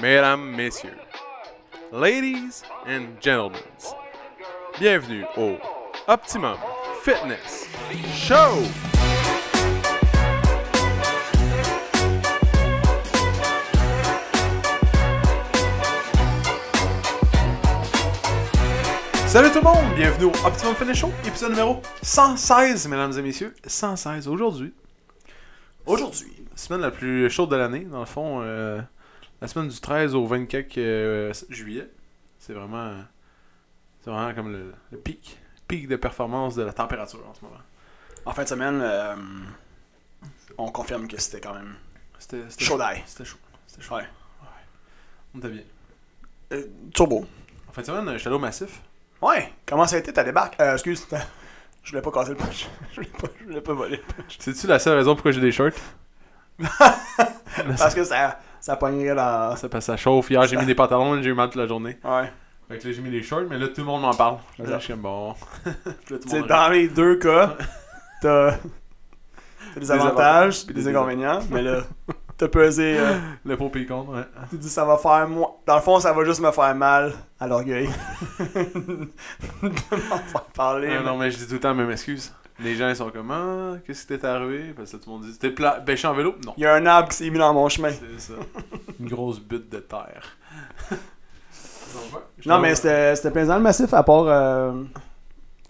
mesdames, messieurs, ladies and gentlemen, bienvenue au Optimum Fitness Show! Salut tout le monde, bienvenue au Optimum Fitness Show, épisode numéro 116, mesdames et messieurs, 116 aujourd'hui. Aujourd'hui, Semaine la plus chaude de l'année, dans le fond, euh, la semaine du 13 au 24 euh, juillet. C'est vraiment, c'est vraiment comme le, le pic, pic de performance de la température en ce moment. en fin de semaine, euh, on confirme que c'était quand même C'était c'était chaud d'ail. C'était chaud. C'était chaud. Ouais. On était bien. Euh, turbo. En fin de semaine, j'étais allé au massif. Ouais, comment ça a été ta débarque Euh, excuse, t'as- je voulais pas casser le punch. je, voulais pas, je voulais pas voler le punch. C'est-tu la seule raison pourquoi j'ai des shorts? Parce que ça, ça pognerait dans. C'est parce que Ah. ça chauffe. Hier, j'ai mis des pantalons, j'ai eu mal toute la journée. Ouais. Fait que là, j'ai mis des shorts, mais là, tout le monde m'en parle. Là, je suis comme bon. Puis là, tout le C'est monde regarde. dans les deux cas, t'as t'as des avantages, avantages, puis des des inconvénients, mais là, t'as pesé. euh, Le pot pis contre, ouais. tu dis ça va faire moi. Dans le fond, ça va juste me faire mal à l'orgueil. de m'en faire parler. Ah mais- non, mais je dis tout le temps la même excuse. Les gens, ils sont comme Ah, qu'est-ce qui t'est arrivé Parce que tout le monde dit T'es pla... pêché en vélo Non. Il y a un arbre qui s'est mis dans mon chemin. C'est ça. Une grosse butte de terre. Donc, ouais, j'étais Non, au- mais c'était c'était plaisant le massif, à part. euh,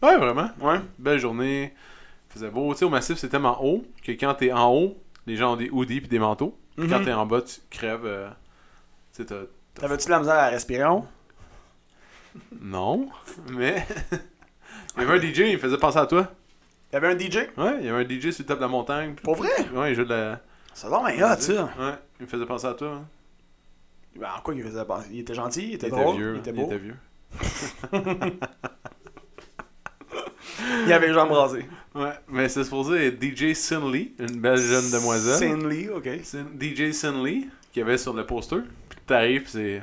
Ouais, vraiment. Ouais. Belle journée. Faisait beau. Tu sais, au massif, c'est tellement haut que quand t'es en haut, les gens ont des hoodies puis des manteaux. Puis quand Mhm. t'es en bas, tu crèves. euh, Tu sais, t'as- T'avais-tu de la misère à respirer en haut? Non, mais. il y avait un DJ, il me faisait penser à toi. Il y avait un DJ? Ouais, il y avait un DJ sur le top de la montagne. Pour vrai? Eh, ah, Ouais, il jouait de la. Ça va, mais là, tu sais. Ouais, il me faisait penser à toi. hein. Ben, en quoi il faisait penser? Il était gentil, il était Il drôle, était vieux. il était beau. Il, vieux. avait les jambes rasées. Ouais, mais c'est supposé être DJ Sin Lee, une belle jeune demoiselle. Sinley, ok. Sin- DJ Sin Lee, qui avait sur le poster. Puis t'arrives, pis c'est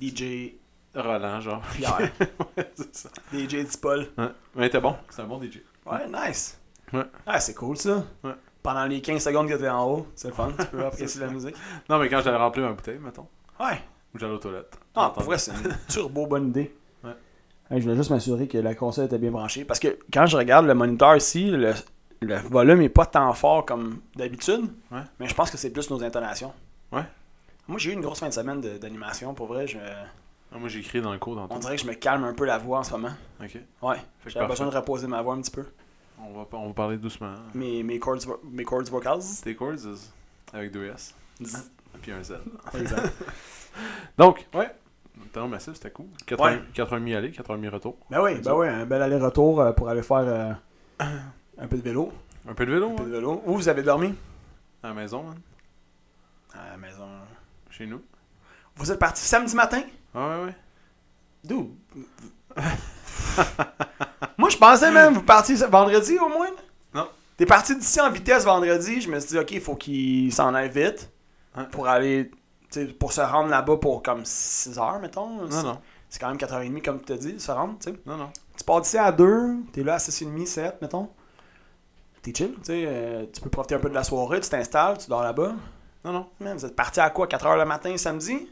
DJ Roland, genre. Pierre. ouais, c'est ça. DJ Tipol. Ouais. Mais il était bon, c'est un bon DJ. Ouais, nice. Ouais. Ah, c'est cool ça. Ouais. Pendant les 15 secondes que t'es en haut, c'est le fun, tu peux apprécier la musique. Non, mais quand j'allais remplir ma bouteille, mettons, Ouais. ou j'allais aux toilettes. Non, Ah, pour vrai, c'est une turbo bonne idée. Ouais. Hey, je voulais juste m'assurer que la console était bien branchée. Parce que quand je regarde le moniteur ici, le, le volume est pas tant fort comme d'habitude. Ouais. Mais je pense que c'est plus nos intonations. Ouais. Moi, j'ai eu une grosse fin de semaine de- d'animation. Pour vrai, je, Ah, moi, j'ai crié dans le cours on tantôt. dirait que je me calme un peu la voix en ce moment. Ok. Ouais. Fait que J'avais besoin parfait. de reposer ma voix un petit peu. On va, pas- on va parler doucement. hein. Mes, mes, cordes, vo- mes cordes vocales. Tes chords, is- avec deux S, puis un Z. Exact. Donc, ouais. Le talent massif, c'était cool. 80 80 aller, 80 retour. ben oui, ben oui, un bel aller-retour euh, pour aller faire euh, un peu de vélo. Un peu de vélo, Un peu de ouais, vélo. Où vous avez dormi? à la maison, hein, À la maison. chez nous. Vous êtes parti samedi matin? Ouais, Ah ouais, ouais. D'où? Moi, je pensais même, vous partiez ce- vendredi au moins? là? Non. T'es parti d'ici en vitesse vendredi, je me suis dit, ok, faut qu'il s'en aille vite Ouais. pour aller, tu sais, pour se rendre là-bas pour comme 6 heures, mettons. Non, non, C'est quand même 4h30, comme tu t'as dit, se rendre, tu sais. non, non. Tu pars d'ici à 2, t'es là à 6h30, 7, mettons. T'es chill, tu sais, euh, tu peux profiter un peu de la soirée, tu t'installes, tu dors là-bas. Non, non, Man, vous êtes parti à quoi, 4h le matin samedi?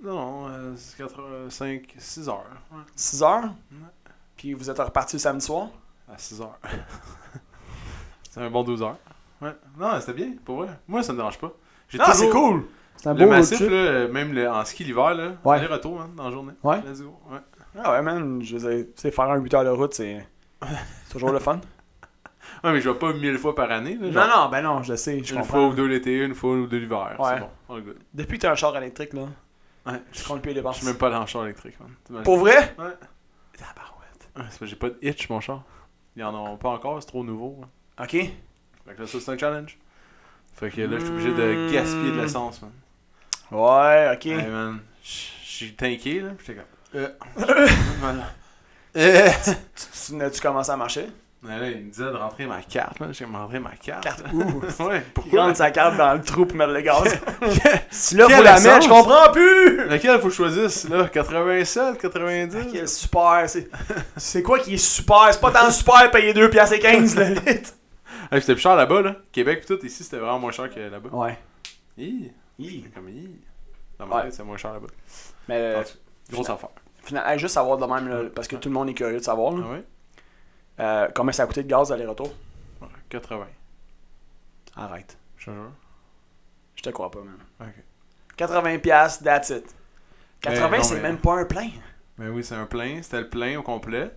non, non, euh, c'est 85, 6 heures. ouais. 6h? Ouais. Puis vous êtes reparti le samedi soir? À 6 heures. c'est un bon 12 heures. Ouais. Non, c'était bien, pour vrai. Moi, ça me dérange pas. J'ai Non, c'est cool! C'est un Le beau road massif, trip. là, euh, même le- en ski l'hiver, là, Ouais. aller-retour hein, dans la journée. Ouais. Let's go. Ouais. Ah ouais, man, je veux dire, tu sais, faire un 8 heures de route, c'est c'est toujours le fun. Ah, mais je vais pas mille fois par année. Là, non, genre non, ben non, je le sais, je une comprends. fois ou deux l'été, une fois ou deux l'hiver. Ouais. C'est bon, all good. Depuis que t'as un char électrique, là, Ouais. je compte plus les Je dépenses. suis même pas dans le char électrique, man. T'imagines? Pour vrai? Ouais. Tabarouette. Ouais, c'est parce que J'ai pas de hitch, mon char. Ils en ont pas encore, c'est trop nouveau. hein. OK. Fait que là, ça, c'est un challenge. Fait que là, je suis obligé Hmm. de gaspiller de l'essence, man. Ouais, OK. Hey man, j'ai tanké là, pis j'étais comme. Euh. voilà. Euh. Tu te souvenais-tu comment ça marchait? Mais là, il me disait de rentrer ma carte, là. J'ai rentré ma carte. Carte où? Ouais, Il pourquoi rentre sa carte dans le trou pour mettre le gaz. si là, Quel faut la mettre, essence? je comprends plus! Laquelle faut que je choisisse, là 87, 90 Ah, Quel super, c'est... C'est quoi qui est super? C'est pas tant super payer 2 piastres et 15, le litre! Hey, Ah, C'était plus cher Ah. là-bas, là. Québec pis tout, ici, c'était vraiment moins cher que là-bas. Ouais. Hi, Hi. comme hi. Dans ma Ouais. tête, c'est moins cher là-bas. Mais euh, Ah, Grosse Finalement. affaire. finalement, hey, juste savoir de même, là, Ouais. parce que Ouais. tout le monde est curieux de savoir, Ah là, ouais? euh, combien ça a coûté de gaz aller-retour. Ouais, 80. Arrête. Je te jure. Je te crois pas, man. Ok. 80$, piastres, that's it. 80$, non, c'est mais- même pas un plein. Mais oui, c'est un plein. C'était le plein au complet.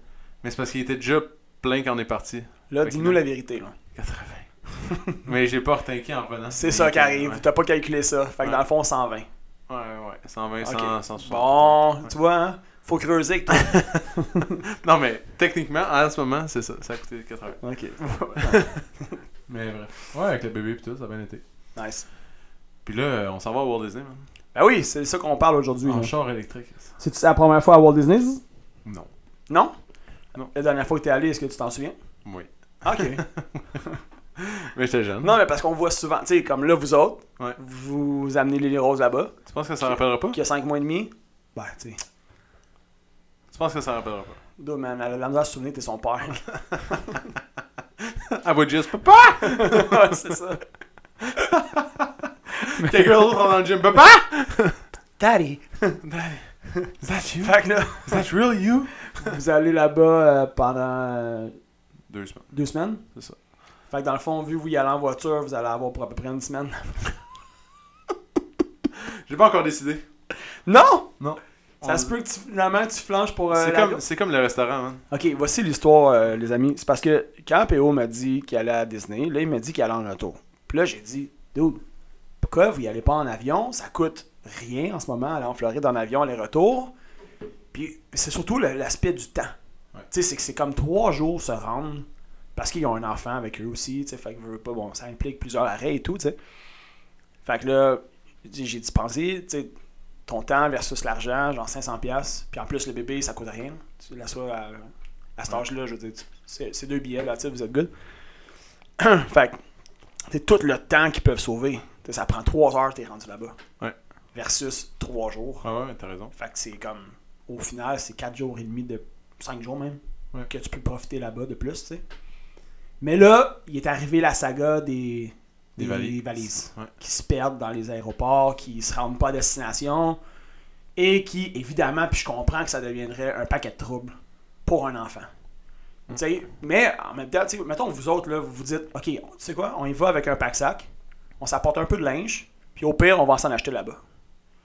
Mais c'est parce qu'il était déjà plein quand on est parti. Là, Fait que dis-nous non. la vérité. là. 80. Mais j'ai pas retinqué en revenant. C'est ça qui arrive. Ouais, T'as pas calculé ça. Fait que Ouais. dans le fond, 120. ouais. ouais. 120, Ok. 100, 160. Bon, Ouais. tu vois, hein? Faut creuser avec toi. Non, mais techniquement, en ce moment, c'est ça. Ça a coûté 80. ok. Mais bref. Ouais, avec le bébé et tout, ça a bien été. Nice. Puis là, euh, on s'en va à Walt Disney, man. Ben oui, c'est ça qu'on parle aujourd'hui. en là. char électrique. ça. C'est-tu la première fois à Walt Disney? ça? Non. Non? Non. La dernière fois que t'es allé, est-ce que tu t'en souviens? Oui. Ok. Mais j'étais jeune. non, mais parce qu'on voit souvent, tu sais, comme là, vous autres, Ouais. vous amenez Lily Rose là-bas, Tu penses que ça rappellera pas? qui a 5 mois et demi. Ben, tu sais, Tu penses que ça rappellera pas? dude, man, elle a de la misère à se souvenir, que t'es son père. Elle va juste papa! Ouais, c'est ça. Quelqu'un d'autre rentre dans le gym, papa! Daddy. Daddy, Is that you? Fait que là, Is that real you? vous allez là-bas euh, pendant euh, Deux semaines. deux semaines. C'est ça. Fait que dans le fond, vu que vous y allez en voiture, vous allez avoir pour à peu près une semaine. J'ai pas encore décidé. Non! Non. Ça se peut que tu- finalement tu flanches pour. euh, C'est la comme, gauche. c'est comme le restaurant, man. Ok, voici l'histoire, euh, les amis. C'est parce que quand PO m'a dit qu'il allait à Disney, là, il m'a dit qu'il allait en auto. Puis là, j'ai dit, dude, pourquoi vous y allez pas en avion Ça coûte rien en ce moment, aller en Floride en avion, les retours. Puis c'est surtout le- l'aspect du temps. Ouais. Tu sais, c'est que c'est comme trois jours se rendre parce qu'ils ont un enfant avec eux aussi, tu sais, fait que veux pas, bon, ça implique plusieurs arrêts et tout, tu sais. Fait que là, j'ai j'ai dit, pensez, tu sais, ton temps versus l'argent, genre 500$, piastres. puis en plus le bébé, ça coûte rien. Tu l'assois à, à cet Ouais. âge-là, je veux dire, tu- c'est c'est deux billets, là, tu sais, vous êtes good. fait que, c'est tout le temps qu'ils peuvent sauver. Tu sais, ça prend trois heures, t'es rendu là-bas. Ouais. Versus trois jours. Ah ouais, t'as raison. Fait que c'est comme, au final, c'est 4 jours et demi, de 5 jours même, Ouais. que tu peux profiter là-bas de plus, tu sais. Mais là, il est arrivé la saga des, Des des valises. valises. Ouais. qui se perdent dans les aéroports, qui se rendent pas à destination et qui, évidemment, puis je comprends que ça deviendrait un paquet de troubles pour un enfant. Tu sais, mais en même temps, tu sais, mettons vous autres, là, vous vous dites, OK, tu sais quoi, on y va avec un pack-sac, on s'apporte un peu de linge, puis au pire, on va s'en acheter là-bas.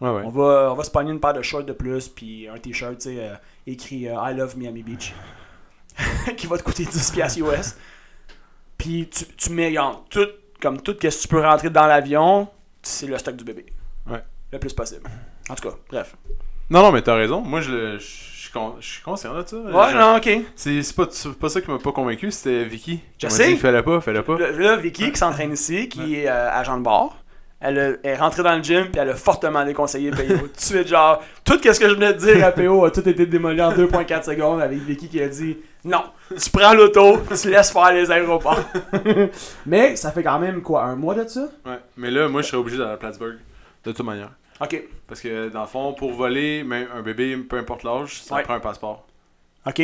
Ouais, ouais. On va, on va se pogner une paire de shorts de plus, puis un t-shirt, tu sais, euh, écrit euh, I love Miami Beach, qui va te coûter 10$ piastres US. Puis tu, tu mets, genre, tout, comme tout, qu'est-ce que tu peux rentrer dans l'avion, c'est le stock du bébé. Ouais. Le plus possible. En tout cas, bref. Non, non, mais t'as raison. Moi, je, le- je, suis con- je suis conscient de ça. Ouais, Je- non, ok. C'est c'est pas, c'est pas ça qui m'a pas convaincu, c'était Vicky. Je Elle m'a sais. dit, Fais-le pas, fais-le pas. Là, là, Vicky, qui s'entraîne ici, qui est euh, agent de bord, elle a- est rentrée dans le gym, puis elle a fortement déconseillé PO. Tout de suite, genre, tout ce que je venais de dire à PO a tout été démoli en 2.4 secondes avec Vicky qui a dit Non, tu prends l'auto, tu laisses faire les aéroports. Mais ça fait quand même quoi, un mois de ça Ouais. Mais là, moi, je serais obligé d'aller à Plattsburgh. De toute manière. Ok, Parce que, dans le fond, pour voler, même un bébé, peu importe l'âge, ça Ouais. prend un passeport. ok.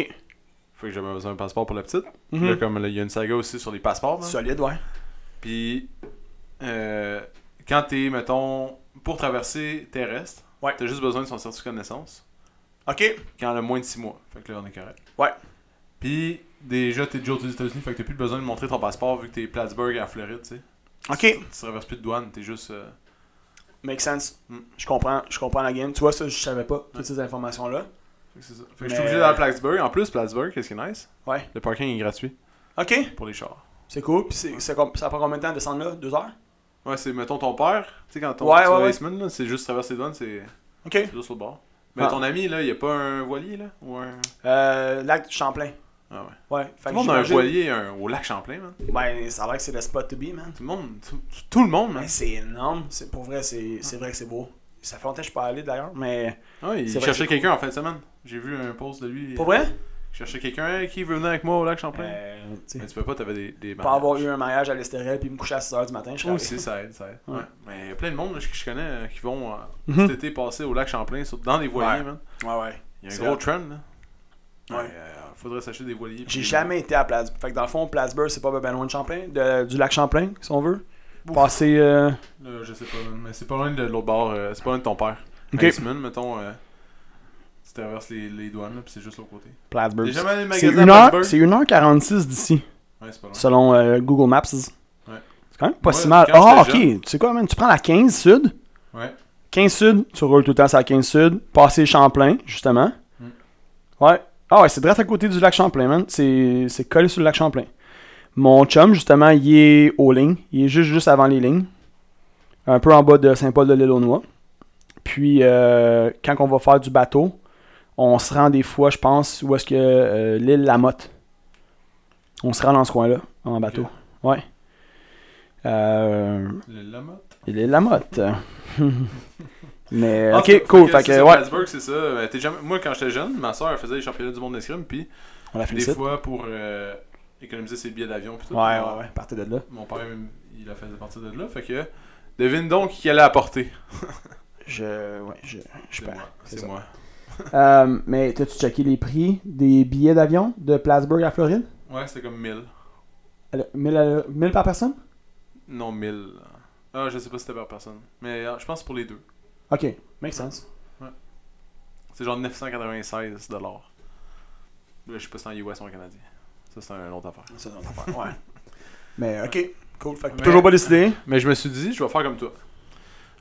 Fait que j'avais besoin d'un passeport pour la petite. Mhm. Là, comme là, il y a une saga aussi sur les passeports. là. Solide, ouais. Puis, euh, quand t'es, mettons, pour traverser terrestre, Ouais. t'as juste besoin de son certificat de naissance. Ok, Quand elle a moins de 6 mois. Fait que là, on est correct. Ouais. Puis, déjà, t'es déjà aux États-Unis, fait que t'as plus besoin de montrer ton passeport vu que t'es Plattsburgh à Floride, tu sais. ok. Tu traverses plus de douane, t'es juste. euh, Make sense. Hmm. Mm. Je comprends, je comprends la game. Tu vois, ça, je savais pas, toutes ces informations-là. Fait que c'est ça. Fait que je suis Mais- obligé d'aller à Plattsburgh. En plus, Plattsburgh, qu'est-ce qui est nice Ouais. Le parking est gratuit Ok, pour les chars. c'est cool. Puis c'est- c'est com- ça prend combien de temps de descendre là Deux heures Ouais, c'est, mettons, ton père, tu sais, quand ton Ouais, tu ouais, vas à ouais. Eastman, là, c'est juste traverser les douanes, c'est Ok. c'est juste sur le bord. Mais Ah. ton ami, là, il a pas un voilier, là Ou un. Euh, lac Champlain. Ah ouais. Ouais. Tout Fait que le monde a un j'imagine- voilier un- au lac Champlain, man. Ben, ça a l'air que c'est le spot to be, man. Tout le monde, tout, tout le monde, man. Ben, c'est énorme. C'est, pour vrai, c'est, c'est vrai que c'est beau. Ça fait longtemps que je suis pas allé d'ailleurs, mais. Ouais, C'est Ah, il vrai, cherchait c'est quelqu'un en fin de semaine. J'ai vu un post de lui. Pour vrai? Il cherchait quelqu'un Hey, qui veut venir avec moi au lac Champlain. Euh, tu sais, Mais tu peux pas, t'avais des, des pas avoir eu un mariage à l'Estérel puis me coucher à 6h du matin, je Moi suis aussi, ça aide, ça aide. Ouais. Ouais. Mais il y a plein de monde là, que je connais euh, qui vont euh, Mhm. cet été passer au lac Champlain sur- dans des voiliers, Ouais. man. Ouais, ouais. Il y a un C'est gros vrai. trend, là. Ouais. euh, faudrait s'acheter des voiliers. puis J'ai des- ben jamais été à Plattsburgh. Fait que dans le fond, Plattsburgh, c'est pas ben loin de Champlain, de- du lac Champlain, si on veut. Ouf. Passer. euh, Là, je sais pas, man, mais c'est pas loin de l'autre bord, euh, c'est pas loin de ton père. Ok. Okay. Iceman, mettons, euh, tu traverses les, les douanes, là, pis c'est juste l'autre côté. Plattsburgh. T'es jamais allé au C'est magasin 1 à heure, Plattsburgh? c'est 1h46 d'ici, Ouais, c'est pas loin. selon euh, Google Maps. C'est quand même pas Moi, si mal. quand Ah, ok. j'étais Tu sais quoi, man? Tu prends la 15 Sud. Ouais. 15 Sud, tu roules tout le temps sur la 15 Sud. Passer Champlain, justement. Mm. Ouais. Ah ouais, c'est direct à côté du lac Champlain, man. C'est c'est collé sur le lac Champlain. Mon chum, justement, il est aux lignes. Il est juste, juste avant les lignes. Un peu en bas de Saint-Paul-de-l'Île-aux-Noix. Puis, euh, quand on va faire du bateau, on se rend des fois, je pense, où est-ce que euh, l'île La Motte. On se rend dans ce coin-là, en bateau. Ok. Ouais. Euh, Le Lamotte. il est la motte. Mais Ah, c'est- Euh, ok, cool. Fait c'est que ça, ouais, Plattsburgh, c'est ça. Euh, t'es jamais- Moi, quand j'étais jeune, ma soeur faisait les championnats du monde d'escrime, puis on la des félicite. Ouais, fois, pour euh, économiser ses billets d'avion, pis tout. ouais, ouais, partez de là. Mon père, il la faisait partir de là, fait que. Devine donc qui allait apporter. Je, ouais, je, je C'est perds. moi. c'est C'est ça. moi. Euh, mais t'as-tu checké les prix des billets d'avion de Plattsburgh à Floride Ouais, c'était comme 1000. Elle- 1000 à- 1000 par personne Non, 1000. Ah, je sais pas si c'était par personne. Mais ah, je pense pour les deux. Ok, makes sense. C'est genre 996 dollars. Là, je sais pas si c'est en US ou en canadien. Ça, c'est un autre affaire. C'est ouais. Mais ok, cool. Fait que Mais- toujours pas décidé. hein? Mais je me suis dit, je vais faire comme toi.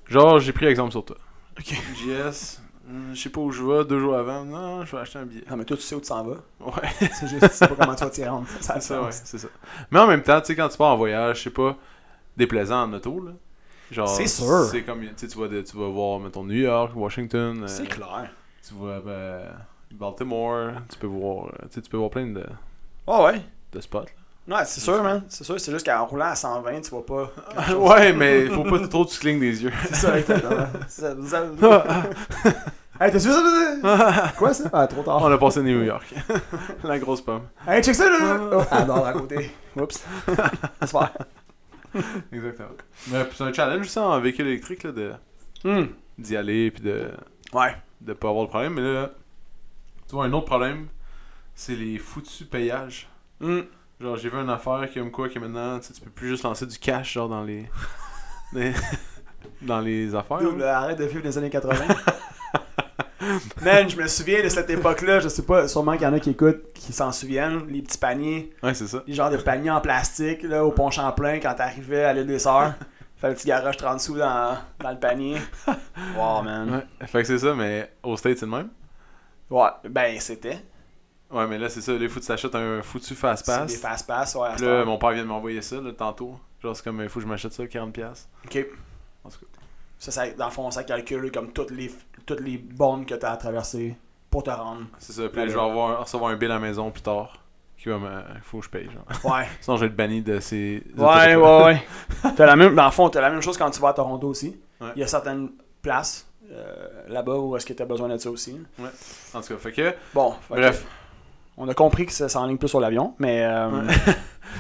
Genre, j'ai pris exemple sur toi. Ok. JS, hmm, je sais pas où je vais, deux jours avant, non, je vais acheter un billet. Non, mais toi, tu sais où tu s'en vas. Ouais, C'est juste, tu sais pas comment tu vas t'y rendre. Ça, c'est ça, ouais, c'est ça. Mais en même temps, tu sais, quand tu pars en voyage, c'est pas déplaisant en auto, là. Genre, C'est sûr. C'est comme, tu sais, tu vas, de- tu vas voir, mettons, New York, Washington. euh, clair. Tu vois ben, Baltimore, tu peux voir, euh, tu sais, tu peux voir plein de, Oh, ouais. de spots. Ouais, c'est sûr, man. C'est sûr, c'est juste qu'en roulant à 120, tu vas pas. là. ouais, mais faut pas trop que tu clignes des yeux. C'est ça, exactement. Ça- ça- hey, t'as vu ça? là? Quoi ça? Ah, trop tard. On a passé New York. La grosse pomme. Hey, check ça là! Oh, ah, non, à côté. Oups. Laisse faire. Exactement. Mais c'est un challenge ça en véhicule électrique là, de Hmm. d'y aller puis de Ouais. de pas avoir de problème. Mais là, tu vois un autre problème, c'est les foutus payages. Genre j'ai vu une affaire qui comme quoi que maintenant tu sais, tu peux plus juste lancer du cash genre dans les les- dans les affaires. Dude, là. là, arrête de vivre les années 80. Man, je me souviens de cette époque-là. Je sais pas, sûrement qu'il y en a qui écoutent, qui s'en souviennent. Les petits paniers, Ouais c'est ça. les genres de paniers en plastique, là, au pont Champlain, quand t'arrivais à l'île des Sœurs. Fallait que tu garoches 30 sous dans, dans le panier. Wow, man. Ouais. Fait que c'est ça, mais au States c'est le même. Ouais, ben, c'était. Ouais, mais là, c'est ça. Les fous, tu t'achètes un foutu C'est des fast-pass. fast-pass, ouais. à Puis cette là, heure. mon père vient de m'envoyer ça, là, tantôt. Genre, c'est comme, il faut que je m'achète ça, 40$. piastres. Ok. En tout cas. Ça, ça, dans le fond, ça calcule comme toutes les, toutes les bornes que tu as à traverser pour te rendre. C'est ça. Puis là, je vais avoir, recevoir un bill à la maison plus tard. Qui va me. Il faut que je paye, genre. Ouais. Sinon, je vais être banni de ces. des ouais, ouais, autoroutes. ouais. T'as la même, dans le fond, tu as la même chose quand tu vas à Toronto aussi. Ouais. Il y a certaines places euh, là-bas où est-ce que tu as besoin de ça aussi. En tout cas, fait que. Bon, fait que Bref. On a compris que ça s'enligne plus sur l'avion, mais. euh,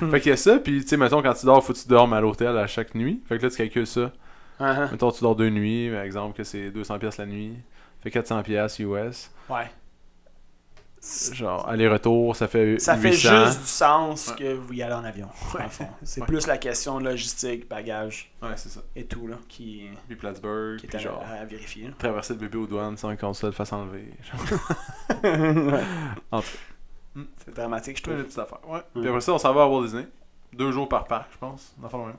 Ouais. Fait qu'il y a ça. Puis, tu sais, mettons, quand tu dors, faut que tu dormes à l'hôtel à chaque nuit. Fait que là, tu calcules ça. uh-huh. Mettons, tu dors deux nuits. Par exemple, que c'est 200$ piastres la nuit. Fait 400$ piastres US. Ouais. Genre, aller-retour, ça fait. Ça fait 800. juste du sens Ouais. que vous y allez en avion. dans le fond. C'est Ouais. plus la question de logistique, bagage Ouais, c'est ça. et tout là, qui, Puis Plattsburgh. qui est puis à, genre. à vérifier. là. traverser le bébé aux douanes sans qu'on se le fasse enlever. Ouais. En tout cas. Hmm, C'est dramatique, je Plein de trouve. petites affaires. Ouais. Puis après ça, on s'en va à Walt Disney. Deux jours par parc, je pense. On va faire le même.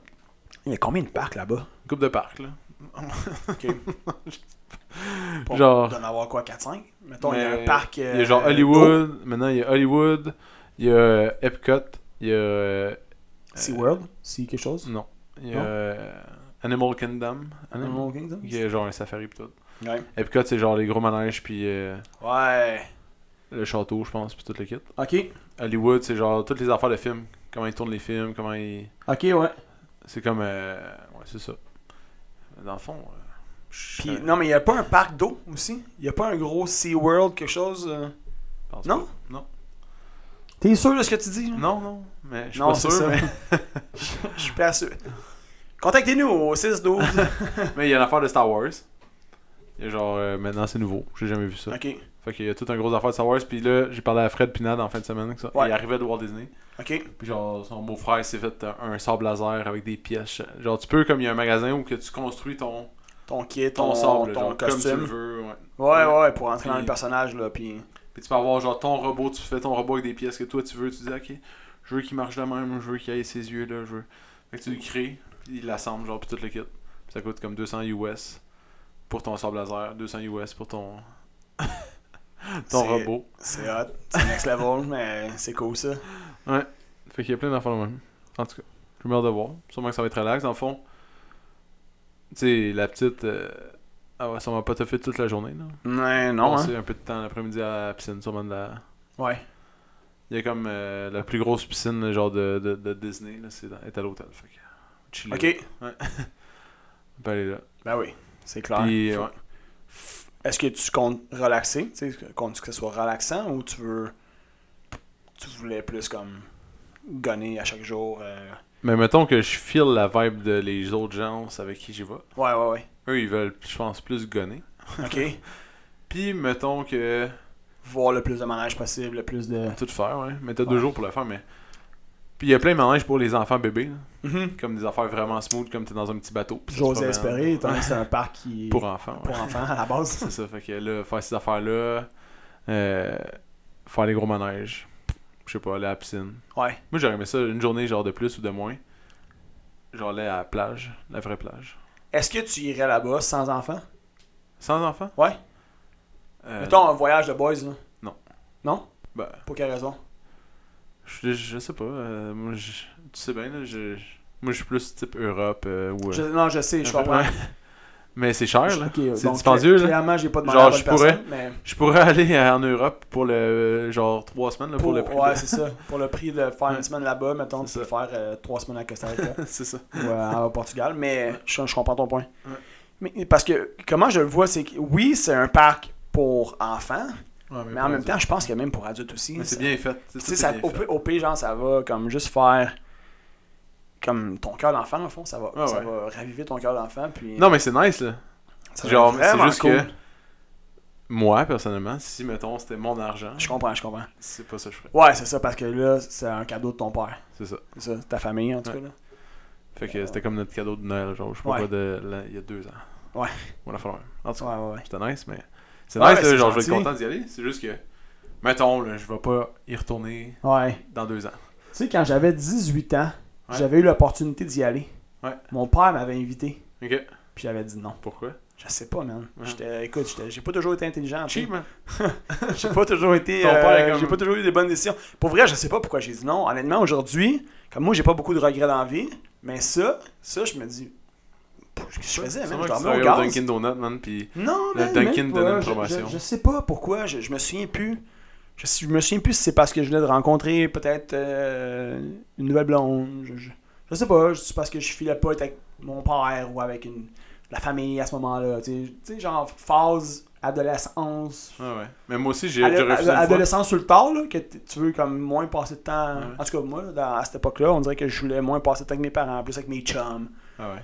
Il y a combien de parcs là-bas Une coupe de parcs, là. Pour Genre- d'en avoir quoi, 4-5 Mettons, il y a Mais un parc. euh, il y a genre Hollywood. Maintenant, il y a Hollywood. Il y a euh, Epcot. Il y a. euh, SeaWorld, si quelque chose. Non. Il y a Non? euh, Animal Kingdom. Animal Qui est genre un safari pis tout. Ouais. Epcot, c'est genre les gros manèges puis euh, Ouais. le château, je pense, puis tout le kit. Ok. Hollywood, c'est genre toutes les affaires de films. Comment ils tournent les films, comment ils. Ok, ouais. C'est comme. euh, Ouais, c'est ça. Dans le fond. euh, je- Puis, non, mais il n'y a pas un parc d'eau aussi Il n'y a pas un gros SeaWorld, quelque chose euh? je pense Non pas. Non. T'es sûr de ce que tu dis là? Non, non. Mais je suis Non, pas c'est sûr. ça. Mais Je suis pas sûr. Contactez-nous au 6-12. mais il y a l'affaire de Star Wars. Et genre, euh, maintenant, c'est nouveau. J'ai jamais vu ça. Ok, Fait qu'il y a tout un gros affaire de Star Wars. Puis là, j'ai parlé à Fred Pinade en fin de semaine. que ça- Ouais. Il arrivait de Walt Disney. ok. Puis genre, son beau-frère s'est fait un, un sable laser avec des pièces. Genre, tu peux, comme il y a un magasin où que tu construis ton, Ton kit, ton, ton, ton, sable, genre, comme tu costume. le veux. Ouais. Ouais, ouais, pour entrer dans Puis- le personnage, là, puis... Puis tu peux avoir genre ton robot, tu fais ton robot avec des pièces que toi tu veux, tu dis ok, je veux qu'il marche de même, je veux qu'il ait ses yeux là, je veux. Fait que tu le crées, puis il l'assemble genre, puis tout le kit. Puis ça coûte comme 200 US pour ton sable laser, 200 US pour ton, ton C'est- robot. C'est hot, c'est next level, mais c'est cool, ça. Fait qu'il y a plein d'affaires de même. En tout cas, je me de voir. Sûrement que ça va être relax. Dans le fond, tu sais, la petite, euh, elle va sûrement pas te fait toute la journée là. Ouais, non, hein. Passer un peu de temps l'après-midi à la piscine, sûrement de la. Ouais. Il y a comme euh, la plus grosse piscine genre de, de, de Disney, là, c'est dans- est à l'hôtel. Fait que, chiller. Ok, On peut aller là. ben oui, c'est clair. Puis, Faut- ouais. Est-ce que tu comptes relaxer? Tu sais, comptes-tu que ce soit relaxant ou tu veux. Tu voulais plus comme. gonner à chaque jour? euh, Mais mettons que je file la vibe de les autres gens avec qui j'y vais. Ouais, ouais, ouais. Eux, ils veulent, je pense, plus gonner. Ok. Puis, mettons que. Voir le plus de manège possible, le plus de. Tout faire, ouais. Mais t'as deux Ouais. jours pour le faire, mais. Puis, il y a plein de manèges pour les enfants bébés. là. Mhm. Comme des affaires vraiment smooth, comme t'es dans un petit bateau. puis tu te J'osais promènes. espérer, étant Ouais. donné que c'est un parc qui. Pour enfants, ouais. pour enfants à la base. C'est ça, fait que là, faire ces affaires-là, euh, faire les gros manèges, je sais pas, aller à la piscine. Ouais. Moi, j'aurais aimé ça une journée, genre de plus ou de moins. Genre aller à la plage, la vraie plage. Est-ce que tu irais là-bas sans enfant? Sans enfant Ouais. Euh, Mettons un voyage de boys, là. Non. Non? Ben, Pour quelle raison? je, je sais pas. euh, moi, je- tu sais bien, là, je, je- moi, je suis plus type Europe euh, ou. euh, Je- non, je sais, je un peu- comprends. ouais. Mais c'est cher, Je- là. ok, c'est donc, dispendieux, cla- là. Clairement, j'ai pas demandé Genre, à la bonne je pourrais- personne, mais Je pourrais aller en Europe pour le. euh, genre trois semaines, là, pour, pour- le prix. ouais, de- c'est ça. Pour le prix de faire Ouais. une semaine là-bas, mettons, tu C'est peux faire euh, trois semaines à Costa Rica c'est ça. ou euh, au Portugal, mais je, je comprends ton point. Ouais. Mais, parce que, comment je le vois, c'est que oui, c'est un parc pour enfants, mais en même temps, je pense que même pour adultes aussi. Mais c'est ça- bien fait. c'est- tout Tu est sais, ça, bien au, fait. pi- au pire, genre, ça va comme juste faire comme ton cœur d'enfant, dans le fond, ça va, Ah ça ouais. va raviver ton cœur d'enfant, puis Non, mais c'est nice, là. ça genre, va c'est vraiment juste que- Moi, personnellement, si, mettons, c'était mon argent, Je comprends, je comprends. c'est pas ça que je ferais. Ouais, c'est ça, parce que là, c'est un cadeau de ton père. C'est ça. C'est ça, ta famille, en tout Ouais. cas, là. Fait que c'était comme notre cadeau de Noël, genre, je sais pas Euh, Ouais. quoi, de, l'an- il y a deux ans. Ouais. On a fait En tout cas, Ouais, ouais, ouais. c'était nice, mais. C'est Ouais, nice, mais là, c'est genre, je vais être gentil. content d'y aller. C'est juste que. Mettons, là, je vais pas y retourner Ouais. dans deux ans. Tu sais, quand j'avais 18 ans, Ouais. j'avais eu l'opportunité d'y aller. Ouais. Mon père m'avait invité, Ok. puis j'avais dit non. Pourquoi Je sais pas, man. Ouais. J'étais, écoute, j'étais- j'ai pas toujours été intelligent. tu sais. Cheap, man. J'ai pas toujours été. Ton euh, père est comme- J'ai pas toujours eu des bonnes décisions. Pour vrai, je sais pas pourquoi j'ai dit non. Honnêtement, aujourd'hui, comme moi, j'ai pas beaucoup de regrets dans la vie, mais ça, ça, je me dis. Qu'est-ce que je faisais, man? Sûrement Je que tu dormais au travailles gaz. au Dunkin' Donut, man, pis. Non, Le man, Dunkin' même pas. donnait une Je- je- promotion. Je, sais pas pourquoi. Je, je me souviens plus. Je, suis- je me souviens plus si c'est parce que je voulais de rencontrer peut-être euh, une nouvelle blonde. Je, je- je sais pas. C'est parce que je filais pas être avec mon père ou avec une, la famille à ce moment-là. Tu sais, tu sais, genre phase adolescence. Ah Ouais, ouais. Mais moi aussi, j'ai j'ai Ado- refusé. une fois. Adolescence sur le tard, là, que t- tu veux comme moins passer de temps. Ouais. En tout cas, moi, là, dans- à cette époque-là, on dirait que je voulais moins passer de temps avec mes parents, plus avec mes chums. Ah ouais.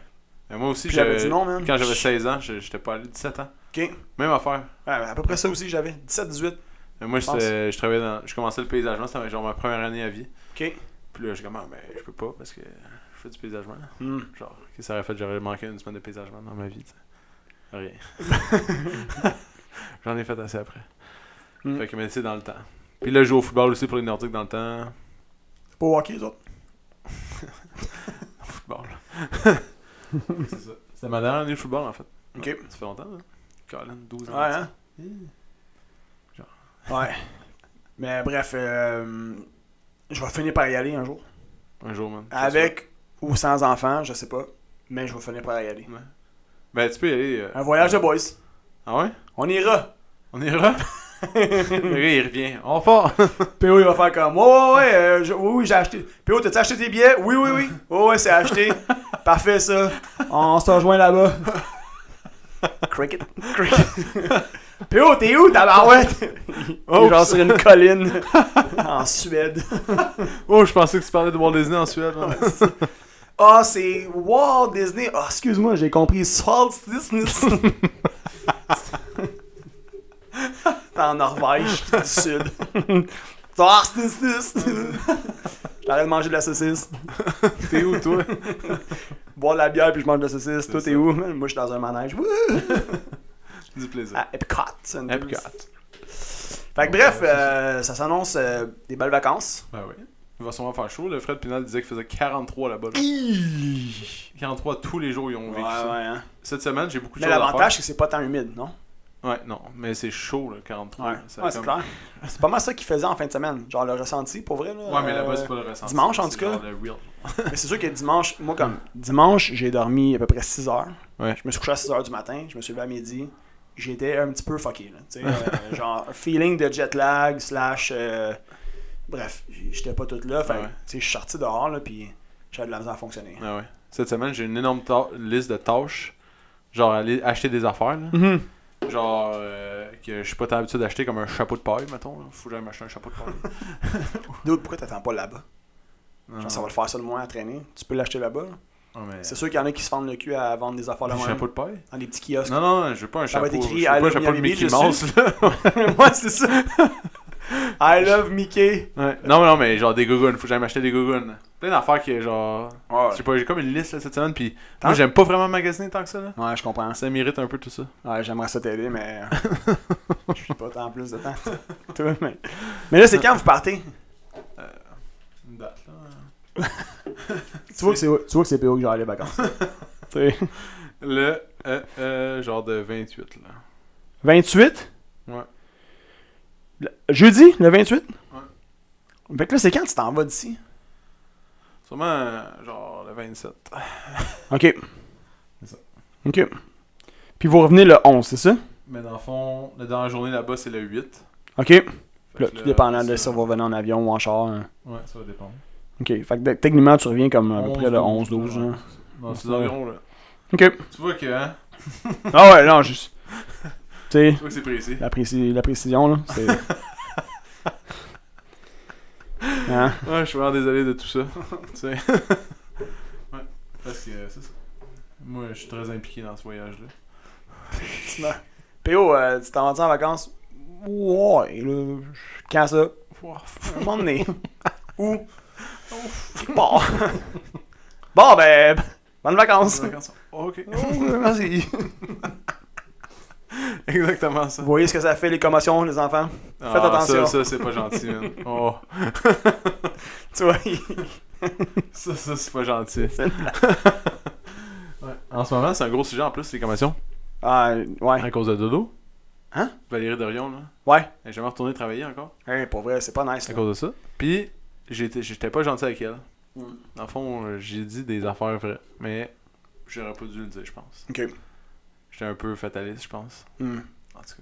Mais moi aussi, Puis j'avais je- dit non, man. Quand j'avais 16 ans, je- j'étais pas allé. 17 ans. Ok. Ouais, Même affaire. à peu près ça aussi que j'avais. 17-18. Mais moi, Je pense. j'étais- je travaillais dans. Je commençais le paysagement, c'était genre ma première année à vie. Ok. Puis là, j'ai comme, ah, ben, je peux pas parce que je fais du paysagement. Hmm. Genre, qu'est-ce que ça aurait fait J'aurais manqué une semaine de paysagement dans ma vie, tu sais. Rien. J'en ai fait assez après. Mm. Fait que, mais c'est dans le temps. Puis là, je joue au football aussi pour les Nordiques dans le temps. C'est pas au hockey, les autres. Football. c'est ça. C'était ma dernière année de football, en fait. Ok. Ouais, ça fait longtemps, hein. Colin, 12 ans. Ouais, hein? tu sais. Ouais. Mais bref, euh, je vais finir par y aller un jour. Un jour, man. Avec ou sans enfants, je sais pas. Mais je vais finir par y aller. Ouais. Ben, tu peux y aller. euh. Un voyage de boys. Ah ouais On ira. On ira Le gars, il revient. On part PO, il va faire comme. Ouais, ouais, ouais. euh, je- oui, oui, j'ai acheté. PO, t'as-tu acheté tes billets? Oui, oui, oui. Ouais, ouais, c'est acheté. Parfait, ça. On se rejoint là-bas. Cricket. Cricket. PO, t'es où, ta barouette? Genre sur une colline. en Suède. Oh, je pensais que tu parlais de Walt Disney en Suède. man. Ah, c'est Walt Disney. Ah, excuse-moi, j'ai compris Walt Disney. T'es en Norvège, du sud. T'as J'arrête de manger de la saucisse, T'es où, toi? boire de la bière puis je mange de la saucisse. Toi, C'est t'es ça. où? Moi, je suis dans un manège. Wouh! du plaisir. À Epcot. c'est une- Ah, Epcot. Fait que bref, euh, ça s'annonce euh, des belles vacances. Ben oui. Il va sûrement faire chaud. Le Fred Pinal disait qu'il faisait 43 là-bas. là. 43 tous les jours, ils ont Ouais, vécu ouais, ça. hein. Cette semaine, j'ai beaucoup de Mais choses à faire. l'avantage, c'est que c'est pas tant humide, non? Ouais, non, mais c'est chaud, là, 43. Ouais, là. Ça Ouais, a c'est comme- clair. C'est pas mal ça qu'ils faisaient en fin de semaine. Genre le ressenti, pour vrai. Là, Ouais, mais là-bas, euh, c'est pas le ressenti. dimanche, en c'est tout cas. genre le real. Mais c'est sûr que dimanche, moi, comme dimanche, j'ai dormi à peu près 6 heures. Ouais. Je me suis couché à 6 heures du matin, je me suis levé à midi. J'étais un petit peu fucké. Là, tu sais, euh, genre, feeling de jet lag, slash. euh, bref, j'étais pas tout là. Fait que, Ouais. tu sais, je suis sorti dehors, là, puis j'avais de la misère à fonctionner. Ah ouais. Cette semaine, j'ai une énorme ta- liste de tâches. Genre, aller acheter des affaires, là. Genre, euh, que je suis pas tant habitué d'acheter comme un chapeau de paille, mettons. là. Faut que j'aille m'acheter un chapeau de paille. D'autres, pourquoi t'attends pas là-bas Non, Genre, ça va le faire ça le moins à traîner. Tu peux l'acheter là-bas. là. non, mais- C'est sûr qu'il y en a qui se fendent le cul à vendre des affaires Un là-bas. chapeau de paille Dans les petits kiosques. Non, non, non, je veux pas un Ça chapeau. va être écrit je veux pas I un love chapeau de Miami Mickey dessus. Mouse, là. ouais, c'est ça. I love Mickey. Ouais. Non, mais non, mais genre des gogoons, faut que j'aille m'acheter des gogoons. Plein d'affaires qui, genre. Ouais, Je sais pas, j'ai comme une liste là, cette semaine, puis Tant- moi j'aime pas vraiment magasiner tant que ça, là. ouais je comprends. Ça mérite un peu tout ça. Ouais, j'aimerais ça t'aider, mais. Je suis pas tant plus de temps. Toi, mais... mais là, c'est quand vous partez Une date, là. Tu vois que c'est, tu vois que c'est PO que j'aurai les vacances. Tu sais. Le, euh, euh, genre de 28, là. 28 Ouais. Le- Jeudi, le 28 Ouais. Ouais. Fait que là, c'est quand tu t'en vas d'ici Sûrement, euh, genre le 27. Ok. C'est ça. Ok. Puis vous revenez le 11, c'est ça Mais dans le fond, la dernière journée là-bas, c'est le 8. Ok. Fait Là, que tout dépendant ça- de si on va venir en avion ou en char. hein. Ouais, ça va dépendre. Ok. Fait que de- techniquement, tu reviens comme à peu près le 11, 11-12. ouais, hein. c'est ça. Dans ces environs, là. Ok. Tu vois que, hein, Ah ouais, non, juste. Tu sais. tu vois que c'est précis. La, préci- la précision, là, c'est... Hein? Ouais, je suis vraiment désolé de tout ça. tu sais. ouais, parce que euh, c'est ça. Moi, je suis très impliqué dans ce voyage-là. PO, euh, tu t'en vas en vacances? Ouais, là, quand ça? Ouf. Un moment donné. Où? Bon. bon, ben, bonnes vacances. Ok. Merci. Exactement ça. Vous voyez ce que ça fait, les commotions, les enfants? Ah, attention. Ça, ça c'est pas gentil, man. Oh, Tu vois, ça, ça, c'est pas gentil. C'est Ouais. En ce moment, c'est un gros sujet en plus, les commotions. Ah, ouais. À cause de Dodo. Hein? Valérie Dorion, là. Ouais. Elle est jamais retournée travailler encore. Hey, pour vrai, c'est pas nice. À là. cause de ça. Puis, j'étais j'étais pas gentil avec elle. Mm. Dans le fond, euh, j'ai dit des affaires vraies. Mais, j'aurais pas dû le dire, je pense. Ok. J'étais un peu fataliste, je pense. Hmm. En tout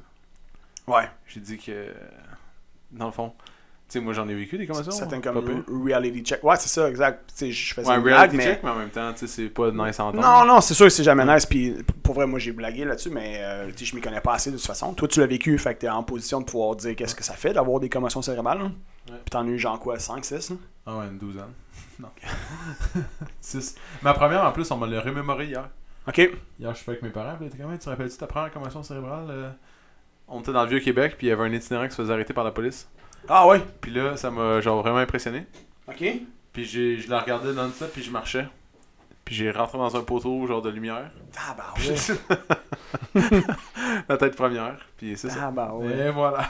cas, Ouais. j'ai dit que. euh, Dans le fond, tu sais, moi j'en ai vécu des commotions. hein? Certains pas comme pire. re- reality check. Ouais, c'est ça, exact. Tu sais, je faisais Ouais, une blague, reality mais... check, mais en même temps, tu sais, c'est pas nice à entendre. Non, non, c'est sûr que c'est jamais nice. Puis p- pour vrai, moi j'ai blagué là-dessus, mais euh, tu sais, je m'y connais pas assez de toute façon. Toi, tu l'as vécu, fait que t'es en position de pouvoir dire qu'est-ce que ça fait d'avoir des commotions cérébrales. là. Ouais. Puis t'en as eu genre quoi, hein. 5, 6 Ah ouais, une douzaine. Non. Six. Ma première, en plus, on me l'a remémoré hier. Ok. Hier, je suis avec mes parents, puis là, t'es comme, Hey, tu te rappelles-tu ta première commotion cérébrale euh, On était dans le Vieux-Québec, puis il y avait un itinérant qui se faisait arrêter par la police. Ah ouais. Puis là, ça m'a genre vraiment impressionné. Ok. Puis j'ai- je la regardais dans le top, puis je marchais. Puis j'ai rentré dans un poteau, genre de lumière. Ah bah ouais. la tête première, puis c'est ça. ah bah ouais. Et voilà.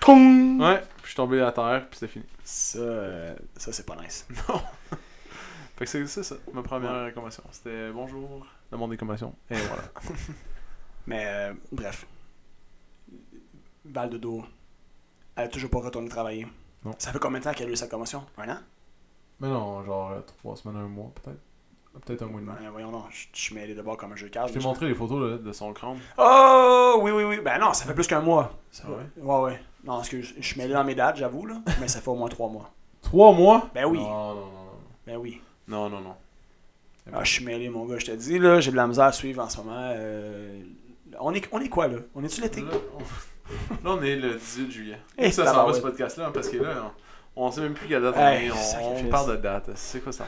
Toum! Ouais, puis je suis tombé à terre, puis c'est fini. Ça, euh, ça c'est pas nice. Fait que c'est c'est ça, ma première commotion. C'était euh, bonjour, le monde des commotions. Et voilà. Mais euh, bref. Val de dos. Elle a toujours pas retourné travailler. Non. Ça fait combien de temps qu'elle a eu sa commotion Un an Mais non, genre euh, trois semaines, un mois peut-être. Ah, Peut-être un mois et demi. Ben, Voyons donc, je je suis mêlé de bord comme un jeu de cartes. Je t'ai là. montré les photos là, de son crâne. Oh, oui, oui, oui. Ben non, ça fait plus qu'un mois. C'est vrai? Ouais, ouais. Non, parce que je je suis mêlé dans mes dates, j'avoue, là. Mais ça fait au moins trois mois. Trois mois? Ben oui. Non, non, non, non. Ben oui. Non, non, non. Ah, je suis mêlé, mon gars, je te dis, là. J'ai de la misère à suivre en ce moment. euh, On, est, on est quoi, là On est-tu l'été Là, on... là, on est le 18 juillet. Eh, ça, ça va tabarouette. ce podcast-là, hein, parce que là, on, on sait même plus quelle date on Hey, est. On, sacrifice. on parle de date. C'est quoi ça?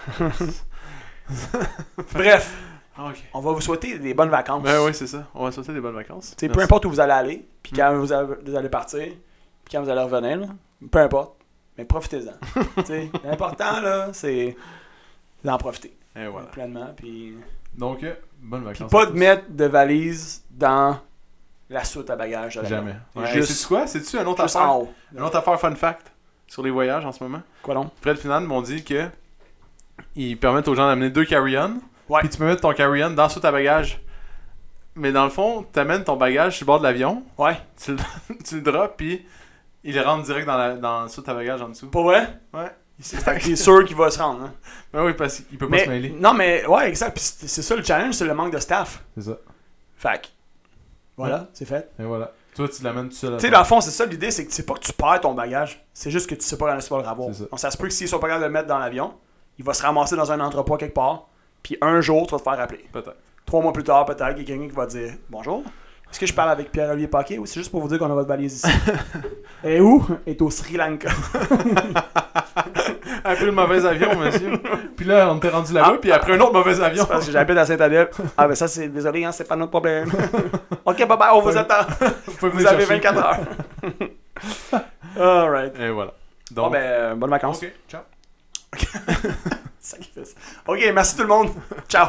Bref, Ah, ok. On va vous souhaiter des bonnes vacances. Ben oui, c'est ça. On va souhaiter des bonnes vacances. Tu sais, peu Merci. Hmm. importe où vous allez aller, puis quand vous, avez- vous allez partir, puis quand vous allez revenir, là, peu importe, mais profitez-en. Tu sais, L'important, là, c'est d'en profiter Et voilà. pleinement. Puis, Donc, euh, bonnes puis vacances. à pas de tous. mettre de valise dans la soute à bagages. de l'avion. Jamais. Ouais. Juste... Juste, C'est quoi C'est-tu une autre juste affaire en haut. Une autre affaire fun fact sur les voyages en ce moment Quoi donc? Fred Finan m'ont dit que ils permettent aux gens d'amener deux carry-on. Ouais. Puis tu peux mettre ton carry-on dans sous ta bagage. Mais dans le fond, tu amènes ton bagage sur le bord de l'avion, Ouais. tu le, tu le drops, puis il rentre direct dans, la, dans sous ta bagage en dessous. Pas vrai? Ouais. Il s'est C'est sûr qu'il va se rendre. hein. Ben oui, parce qu'il peut pas Mais- se mêler. non, mais ouais, exact. Puis c'est c'est ça le challenge, c'est le manque de staff. C'est ça. Fait que, voilà, c'est fait. Et voilà. Toi, tu l'amènes tout seul. à Tu sais, ton- dans le fond, c'est ça l'idée, c'est que c'est pas que tu perds ton bagage, c'est juste que tu sais pas quand est-ce que tu vas le ravoir. C'est ça. Donc ça se peut que s'ils sont pas capables de le mettre dans l'avion, il va se ramasser dans un entrepôt quelque part, puis un jour, tu vas te faire appeler. Peut-être. Trois mois plus tard, peut-être, il y a quelqu'un qui va dire Bonjour, est-ce que je parle avec Pierre-Olivier Paquet ou c'est juste pour vous dire qu'on a votre valise ici Et où Est au Sri Lanka. Après le mauvais avion, monsieur. Ah. puis là, on t'est rendu là-bas, puis après un autre mauvais avion. C'est parce que j'habite à Saint-Adèle. Ah, ben ça, c'est désolé, hein, c'est pas notre problème. ok, bye bye, on vous attend. Vous pouvez Vous venir avez chercher. 24 heures. Alright. Et voilà. Donc, Bon, ben, euh, bonnes vacances. ok, ciao. Sacrifice. Ok, merci tout le monde. Ciao.